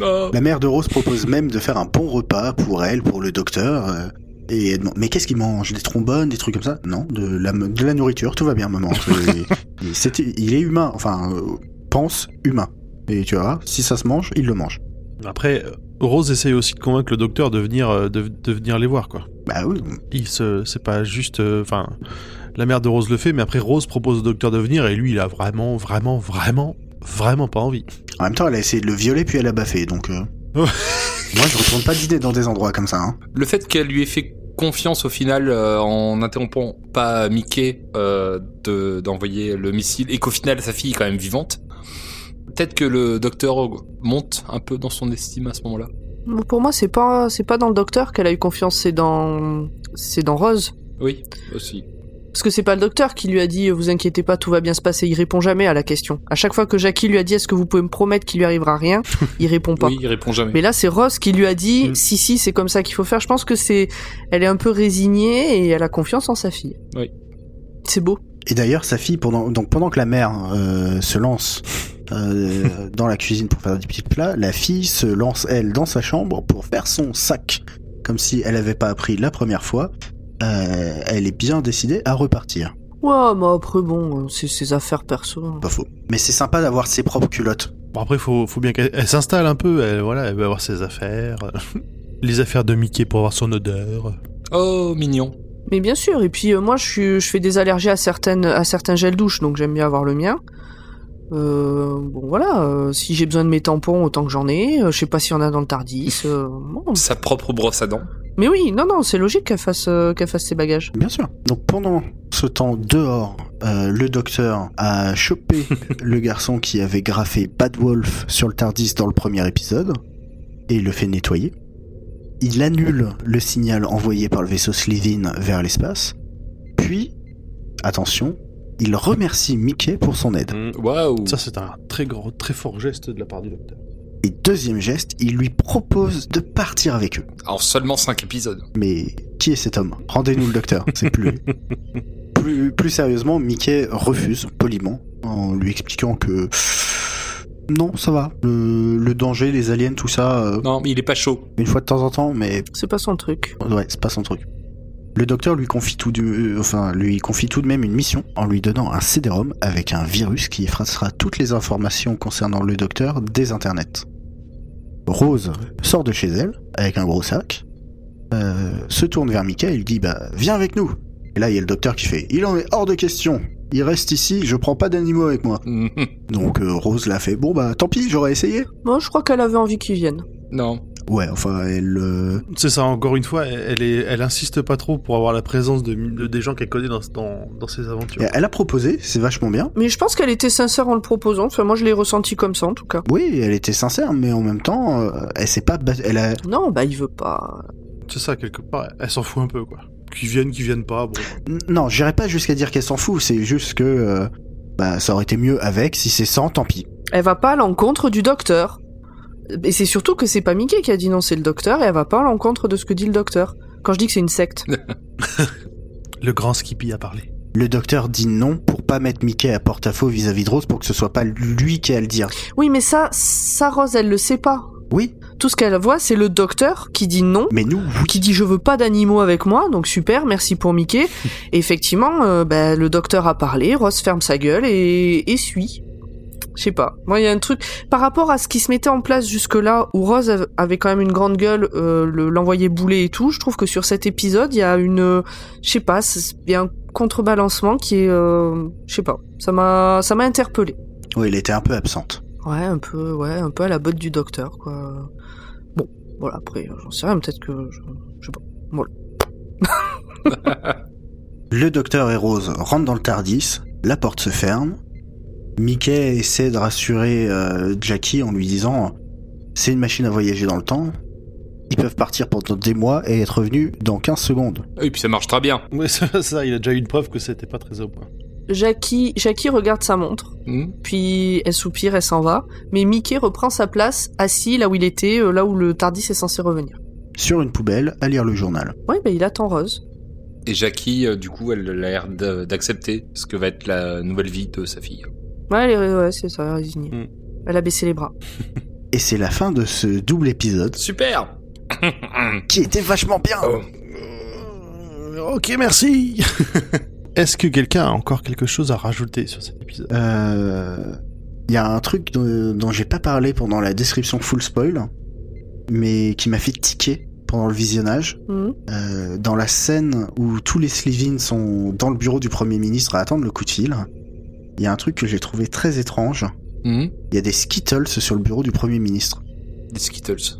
Oh. La mère de Rose propose même de faire un bon repas pour elle, pour le docteur. euh, et elle demande, mais qu'est-ce qu'il mange Des trombones, des trucs comme ça Non, de la, de la nourriture, tout va bien, maman. Et- et c'était- il est humain, enfin, euh, pense humain. Et tu vois, si ça se mange, il le mange. Après, euh, Rose essaye aussi de convaincre le docteur de venir, euh, de, de venir les voir, quoi. Bah oui, Il se, c'est pas juste, euh, enfin, la mère de Rose le fait, mais après Rose propose au docteur de venir et lui, il a vraiment, vraiment, vraiment, vraiment pas envie. en même temps, elle a essayé de le violer, puis elle a baffé, donc... euh, Oh. Moi, je retourne pas dîner dans des endroits comme ça. hein. Le fait qu'elle lui ait fait confiance au final euh, en interrompant pas Mickey euh, de- d'envoyer le missile et qu'au final sa fille est quand même vivante. Peut-être que le docteur monte un peu dans son estime à ce moment-là. Bon, Pour moi, c'est pas c'est pas dans le docteur qu'elle a eu confiance, c'est dans c'est dans Rose. Oui, aussi. Parce que c'est pas le docteur qui lui a dit vous inquiétez pas, tout va bien se passer. Il répond jamais à la question. À chaque fois que Jackie lui a dit est-ce que vous pouvez me promettre qu'il lui arrivera rien, il répond pas. Oui, il répond jamais. Mais là, c'est Rose qui lui a dit Mm. si si, c'est comme ça qu'il faut faire. Je pense que c'est elle est un peu résignée et elle a confiance en sa fille. Oui. C'est beau. Et d'ailleurs, sa fille, pendant, donc pendant que la mère euh, se lance euh, dans la cuisine pour faire des petits plats, la fille se lance, elle, dans sa chambre pour faire son sac. Comme si elle n'avait pas appris la première fois. Euh, elle est bien décidée à repartir. Ouais, mais après bon, c'est ses affaires perso. hein. Pas faux. Mais c'est sympa d'avoir ses propres culottes. Bon, après, faut, faut bien qu'elle elle s'installe un peu, elle, voilà, elle va avoir ses affaires, les affaires de Mickey pour avoir son odeur. Oh, mignon. Mais bien sûr, et puis euh, moi je, suis, je fais des allergies à, certaines, à certains gels douche, donc j'aime bien avoir le mien. Euh, bon voilà, euh, si j'ai besoin de mes tampons autant que j'en ai, euh, je sais pas s'il y en a dans le Tardis. euh, bon. Sa propre brosse à dents. Mais oui, non, non, c'est logique qu'elle fasse, euh, qu'elle fasse ses bagages. Bien sûr. Donc pendant ce temps dehors, euh, le docteur a chopé le garçon qui avait graffé Bad Wolf sur le Tardis dans le premier épisode et le fait nettoyer. Il annule le signal envoyé par le vaisseau Slivin vers l'espace. Puis, attention, il remercie Mickey pour son aide. Waouh. Ça, c'est un très gros, très fort geste de la part du docteur. Et deuxième geste, il lui propose de partir avec eux. Alors seulement 5 épisodes. Mais qui est cet homme Rendez-nous le docteur, c'est plus lui. plus. Plus sérieusement, Mickey refuse poliment en lui expliquant que non, ça va. Le, le danger, les aliens, tout ça, euh, Non, mais il est pas chaud. une fois de temps en temps, mais C'est pas son truc. ouais, c'est pas son truc. Le docteur lui confie tout de, euh, enfin, lui confie tout de même une mission en lui donnant un CD-ROM avec un virus qui effacera toutes les informations concernant le docteur des internets. Rose sort de chez elle avec un gros sac, euh, se tourne vers Mika et lui dit bah viens avec nous. Et là il y a le docteur qui fait il en est hors de question. Il reste ici, je prends pas d'animaux avec moi. Mhm. Donc euh, Rose l'a fait bon bah tant pis j'aurais essayé. Moi, je crois qu'elle avait envie qu'il vienne. non. Ouais enfin elle euh, C'est ça, encore une fois, elle, est, elle insiste pas trop pour avoir la présence de, de- des gens qu'elle connaît dans, dans, dans ses aventures. elle a proposé c'est vachement bien. Mais je pense qu'elle était sincère en le proposant. Enfin, moi, je l'ai ressenti comme ça, en tout cas. Oui, elle était sincère, mais en même temps, euh, elle s'est pas. bat- Elle a... Non, bah, il veut pas. C'est ça, quelque part, elle s'en fout un peu, quoi. Qu'ils viennent, qu'ils viennent pas, bon. N- Non, j'irai pas jusqu'à dire qu'elle s'en fout. C'est juste que euh, bah, ça aurait été mieux avec. Si c'est sans, tant pis. Elle va pas à l'encontre du docteur. Et c'est surtout que c'est pas Mickey qui a dit non, c'est le docteur, et elle va pas à l'encontre de ce que dit le docteur. Quand je dis que c'est une secte. Le grand Skippy a parlé. Le docteur dit non pour pas mettre Mickey à porte-à-faux vis-à-vis de Rose pour que ce soit pas lui qui a à le dire. Oui, mais ça, ça, Rose, elle le sait pas. Oui, Tout ce qu'elle voit, c'est le docteur qui dit non, mais nous, oui. qui dit je veux pas d'animaux avec moi, donc super, merci pour Mickey. Et effectivement, euh, bah, le docteur a parlé, Ross ferme sa gueule et, et suit. Je sais pas. Moi, il y a un truc. Par rapport à ce qui se mettait en place jusque-là, où Rose av- avait quand même une grande gueule, euh, le- l'envoyer bouler et tout, je trouve que sur cet épisode, il y a une. euh, Je sais pas, c'est- il y a un contrebalancement qui est. euh, je sais pas. Ça m'a ça m'a interpellé. Oui, elle était un peu absente. Ouais, un peu, ouais, un peu à la botte du docteur, quoi. Bon, voilà, après, j'en sais rien, peut-être que je- Le docteur et Rose rentrent dans le Tardis. La porte se ferme. Mickey essaie de rassurer euh, Jackie en lui disant C'est une machine à voyager dans le temps. Ils peuvent partir pendant des mois et être revenus dans 15 secondes. Ah Oui, puis ça marche très bien. Ouais, ça, ça, il a déjà eu une preuve que c'était pas très au point. Jackie, Jackie regarde sa montre, Mhm. puis elle soupire, elle s'en va, mais Mickey reprend sa place, assis là où il était, euh, là où le Tardis est censé revenir. Sur une poubelle, à lire le journal. Ouais, ben il attend Rose. Et Jackie, euh, du coup, elle a l'air d'a- d'accepter ce que va être la nouvelle vie de sa fille. Ouais, elle est- ouais, c'est ça, résignée. Mm. Elle a baissé les bras. Et c'est la fin de ce double épisode Super qui était vachement bien. Oh. Euh, Ok, merci Est-ce que quelqu'un a encore quelque chose à rajouter sur cet épisode Euh, Il y a un truc dont, dont j'ai pas parlé pendant la description full spoil, mais qui m'a fait tiquer pendant le visionnage. Mhm. Euh, dans la scène où tous les Slivins sont dans le bureau du Premier ministre à attendre le coup de fil, il y a un truc que j'ai trouvé très étrange. Mhm. Il y a des Skittles sur le bureau du Premier ministre. Des Skittles.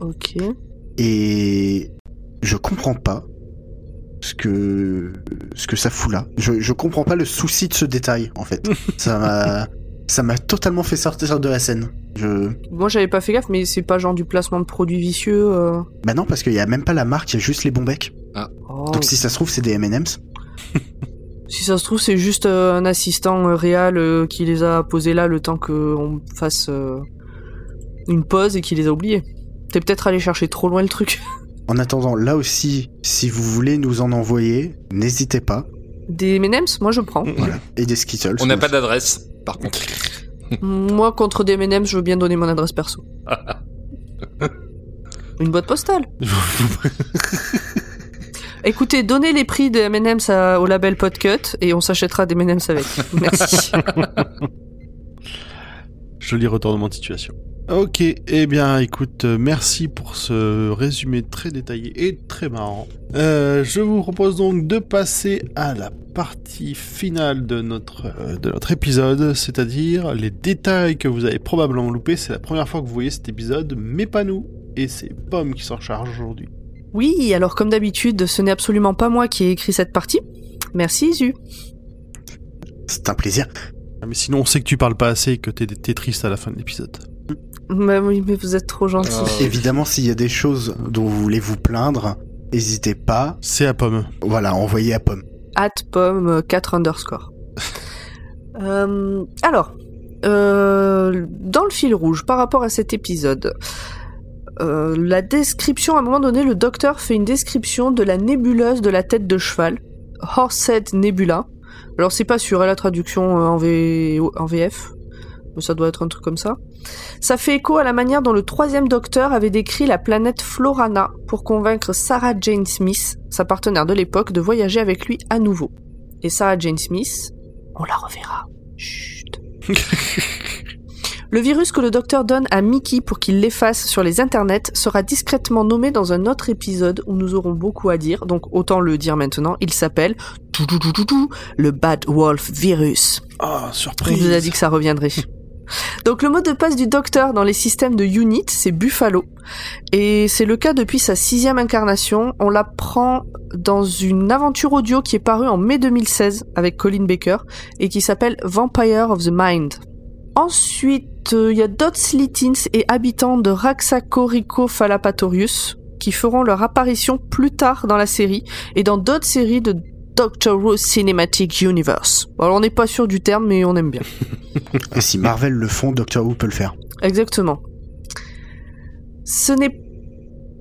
Ok. Et je comprends pas ce que, ce que ça fout là. Je, je comprends pas le souci de ce détail, en fait. ça m'a, ça m'a totalement fait sortir de la scène. Je, Moi, j'avais pas fait gaffe, mais c'est pas genre du placement de produits vicieux. euh. bah non, parce qu'il y a même pas la marque, il y a juste les bons becs. Oh. Donc si ça se trouve, c'est des M&M's. Si ça se trouve, c'est juste euh, un assistant euh, réel euh, qui les a posés là le temps qu'on fasse euh, une pause et qui les a oubliés. T'es peut-être allé chercher trop loin le truc. En attendant, là aussi, si vous voulez nous en envoyer, n'hésitez pas. Des M&M's, moi je prends. Et des Skittles. euh, On n'a pas d'adresse, par contre. moi contre des M&M's, je veux bien donner mon adresse perso. Une boîte postale. Écoutez, donnez les prix des M&M's à- au label Podcut et on s'achètera des M&M's avec. Merci. Joli retournement de situation. Ok, eh bien écoute, euh, merci pour ce résumé très détaillé et très marrant. Euh, je vous propose donc de passer à la partie finale de notre, euh, de notre épisode, c'est-à-dire les détails que vous avez probablement loupés. C'est la première fois que vous voyez cet épisode, mais pas nous. Et c'est Pomme qui s'en charge aujourd'hui. oui, alors comme d'habitude, ce n'est absolument pas moi qui ai écrit cette partie. Merci Isu. C'est un plaisir. Ah, Mais sinon, on sait que tu parles pas assez et que t'es t'es triste à la fin de l'épisode. Bah oui, mais vous êtes trop gentil. Oh. Évidemment, s'il y a des choses dont vous voulez vous plaindre, n'hésitez pas. C'est à Pomme. Voilà, envoyez à Pomme. At pomme 4 underscore. Euh, alors, euh, dans le fil rouge, par rapport à cet épisode, euh, la description, à un moment donné, le docteur fait une description de la nébuleuse de la tête de cheval, Horsehead Nebula, Alors c'est pas sur la traduction euh, en, V- en VF, mais ça doit être un truc comme ça. Ça fait écho à la manière dont le troisième Docteur avait décrit la planète Florana pour convaincre Sarah Jane Smith, sa partenaire de l'époque, de voyager avec lui à nouveau. Et Sarah Jane Smith, on la reverra. Chut. le virus que le Docteur donne à Mickey pour qu'il l'efface sur les internets sera discrètement nommé dans un autre épisode où nous aurons beaucoup à dire, donc autant le dire maintenant. Il s'appelle Toutoutoutoutou, le Bad Wolf Virus. Ah, On surprise. vous a dit que ça reviendrait. Donc le mot de passe du docteur dans les systèmes de Unit, c'est Buffalo. Et c'est le cas depuis sa sixième incarnation. On l'apprend dans une aventure audio qui est parue en mai 2016 avec Colin Baker et qui s'appelle Vampire of the Mind. Ensuite, euh, il y a d'autres Slittins et habitants de Raxacorico Falapatorius qui feront leur apparition plus tard dans la série et dans d'autres séries de Doctor Who Cinematic Universe. Alors on n'est pas sûr du terme mais on aime bien. Et si Marvel le font, Doctor Who peut le faire. Exactement. Ce n'est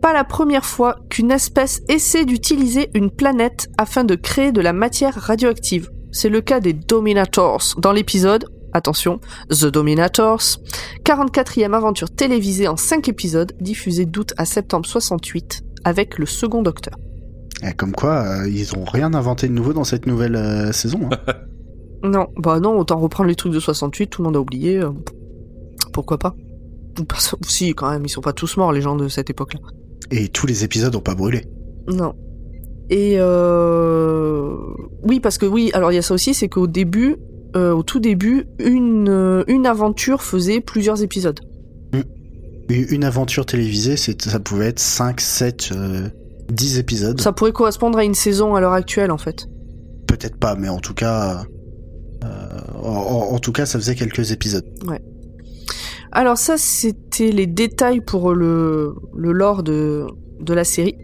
pas la première fois qu'une espèce essaie d'utiliser une planète afin de créer de la matière radioactive. C'est le cas des Dominators dans l'épisode, attention, The Dominators, 44e aventure télévisée en 5 épisodes, diffusée d'août à septembre 68 avec le second docteur. Et comme quoi, euh, ils ont rien inventé de nouveau dans cette nouvelle euh, saison. hein. Non, bah non, autant reprendre les trucs de 68, tout le monde a oublié. euh, pourquoi pas Ou perso- Si, quand même, ils sont pas tous morts, les gens de cette époque-là. Et tous les épisodes ont pas brûlé. Non. Et euh... oui, parce que oui, alors il y a ça aussi, c'est qu'au début, euh, au tout début, une, euh, une aventure faisait plusieurs épisodes. Et Une aventure télévisée, c'est- ça pouvait être 5, 7, 10 épisodes. Ça pourrait correspondre à une saison à l'heure actuelle, en fait. Peut-être pas, mais en tout cas. euh, en, en- en tout cas, ça faisait quelques épisodes. Alors ça, c'était les détails pour le, le lore de, de la série.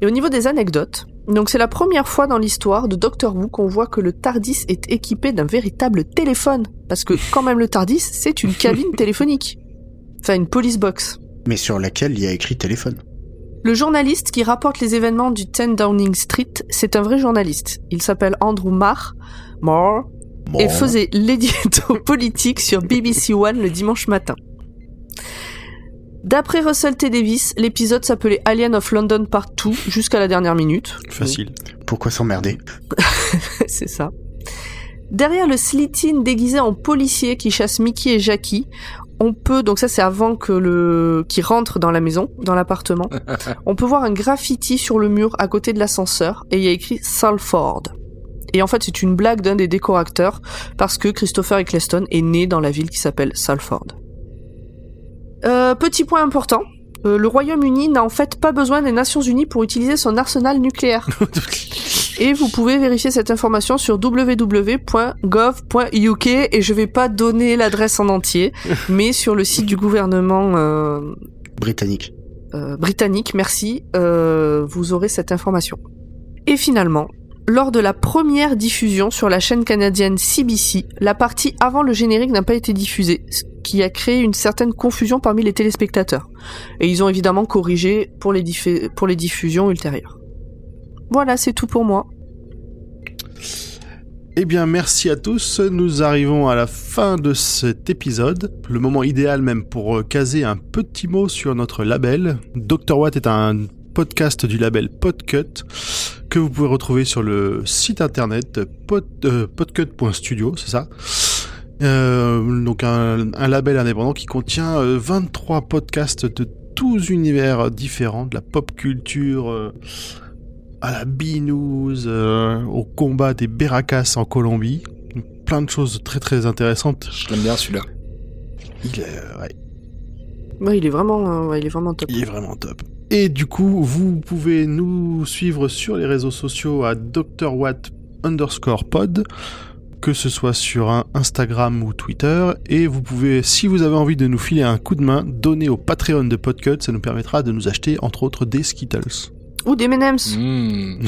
Et au niveau des anecdotes, donc c'est la première fois dans l'histoire de Doctor Who qu'on voit que le TARDIS est équipé d'un véritable téléphone. Parce que quand même le TARDIS, c'est une cabine téléphonique. Enfin, une police box. Mais sur laquelle il y a écrit téléphone. Le journaliste qui rapporte les événements du 10 Downing Street, c'est un vrai journaliste. Il s'appelle Andrew Marr, Marr, et faisait l'édito politique sur BBC One le dimanche matin. D'après Russell T. Davis, l'épisode s'appelait Alien of London Part 2 jusqu'à la dernière minute. Facile. Pourquoi s'emmerder C'est ça. Derrière le Slitin déguisé en policier qui chasse Mickey et Jackie, on peut, donc ça c'est avant que le, qu'il rentre dans la maison, dans l'appartement, on peut voir un graffiti sur le mur à côté de l'ascenseur et il y a écrit Salford. Et en fait c'est une blague d'un des décorateurs parce que Christopher Eccleston est né dans la ville qui s'appelle Salford. Euh, petit point important. euh, le Royaume-Uni n'a en fait pas besoin des Nations Unies pour utiliser son arsenal nucléaire. Et vous pouvez vérifier cette information sur www.gov.uk et je vais pas donner l'adresse en entier, mais sur le site du gouvernement euh, Britannique. euh, britannique, merci, euh, vous aurez cette information. Et finalement, lors de la première diffusion sur la chaîne canadienne CBC, la partie avant le générique n'a pas été diffusée, ce qui a créé une certaine confusion parmi les téléspectateurs. Et ils ont évidemment corrigé pour les, diffé- pour les diffusions ultérieures. Voilà, c'est tout pour moi. Eh bien, merci à tous. Nous arrivons à la fin de cet épisode. Le moment idéal même pour euh, caser un petit mot sur notre label. Dr. Watt est un podcast du label Podcut que vous pouvez retrouver sur le site internet pod- euh, podcut.studio, c'est ça Euh, donc un, un label indépendant qui contient euh, 23 podcasts de tous univers différents, de la pop culture, euh, à la B-News, euh, au combat des Beracas en Colombie. Plein de choses très très intéressantes. Je l'aime bien celui-là. Il est, ouais, Ouais, il est vraiment, euh, ouais, il est vraiment top. il est vraiment top. Et du coup, vous pouvez nous suivre sur les réseaux sociaux à Dr. Watt underscore pod, que ce soit sur un Instagram ou Twitter. Et vous pouvez, si vous avez envie de nous filer un coup de main, donner au Patreon de Podcut. Ça nous permettra de nous acheter, entre autres, des Skittles. Ou des M&M's. Mmh. Mmh,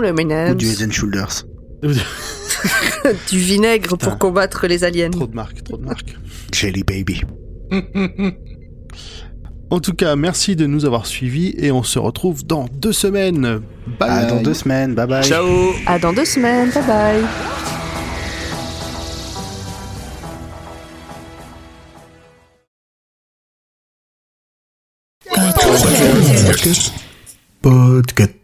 le M&M's. Mm. Ou du Head and Shoulders. Du vinaigre pour Putain. combattre les aliens. Trop de marques, trop de marques. Jelly Baby. En tout cas, merci de nous avoir suivis et on se retrouve dans deux semaines. Bye À dans deux semaines, bye bye. Ciao À dans deux semaines, bye bye. Podcast.